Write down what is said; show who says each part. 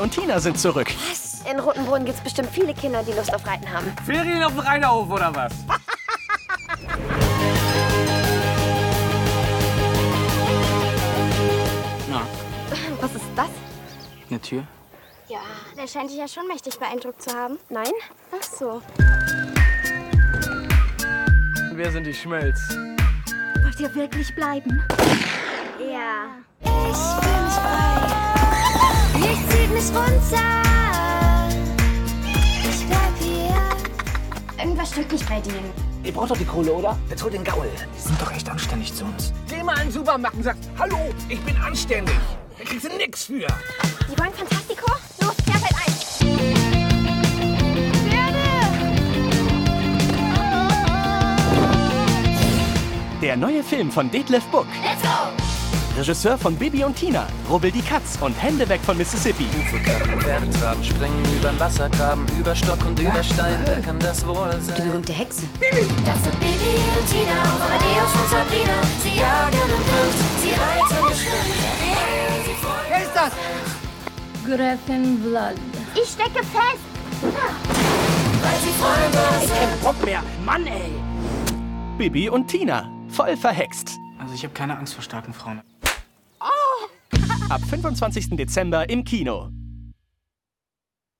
Speaker 1: und Tina sind zurück.
Speaker 2: In Rotenbrunn gibt es bestimmt viele Kinder, die Lust auf Reiten haben.
Speaker 3: Ferien auf dem Rheinhof oder was?
Speaker 4: Na,
Speaker 2: Was ist das?
Speaker 4: eine Tür?
Speaker 5: Ja, der scheint dich ja schon mächtig beeindruckt zu haben.
Speaker 2: Nein?
Speaker 5: Ach so.
Speaker 3: Wir sind die Schmelz.
Speaker 6: Wollt ihr wirklich bleiben?
Speaker 5: Ja.
Speaker 6: Nichts zieht mich runter. Ich bleib hier.
Speaker 5: Irgendwas stimmt nicht bei denen.
Speaker 1: Ihr braucht doch die Kohle, oder? Jetzt hol den Gaul.
Speaker 4: Die sind doch echt anständig zu uns.
Speaker 3: Geh mal in den Supermarkt und sag, hallo, ich bin anständig. Da kriegst du nix für.
Speaker 5: Die wollen Fantastico? Los, Kehrfeld ein!
Speaker 1: Der neue Film von Detlef Buck. Let's go! Regisseur von Bibi und Tina, Rubbel die Katz und Hände weg von Mississippi.
Speaker 7: Krabben, Pferdetraben, springen übern Wassergraben, über Stock und über Stein, wer kann das wohl sein?
Speaker 8: Berühmte Hexe.
Speaker 6: Das sind Bibi und Tina, Amadeus und Sabrina. Sie jagen und wirft, sie reiten bestimmt. Sie freuen
Speaker 8: Gräfin Vlad.
Speaker 5: Ich stecke fest!
Speaker 1: Bibi und Tina, voll verhext.
Speaker 4: Also ich habe keine Angst vor starken Frauen.
Speaker 1: Ab 25. Dezember im Kino.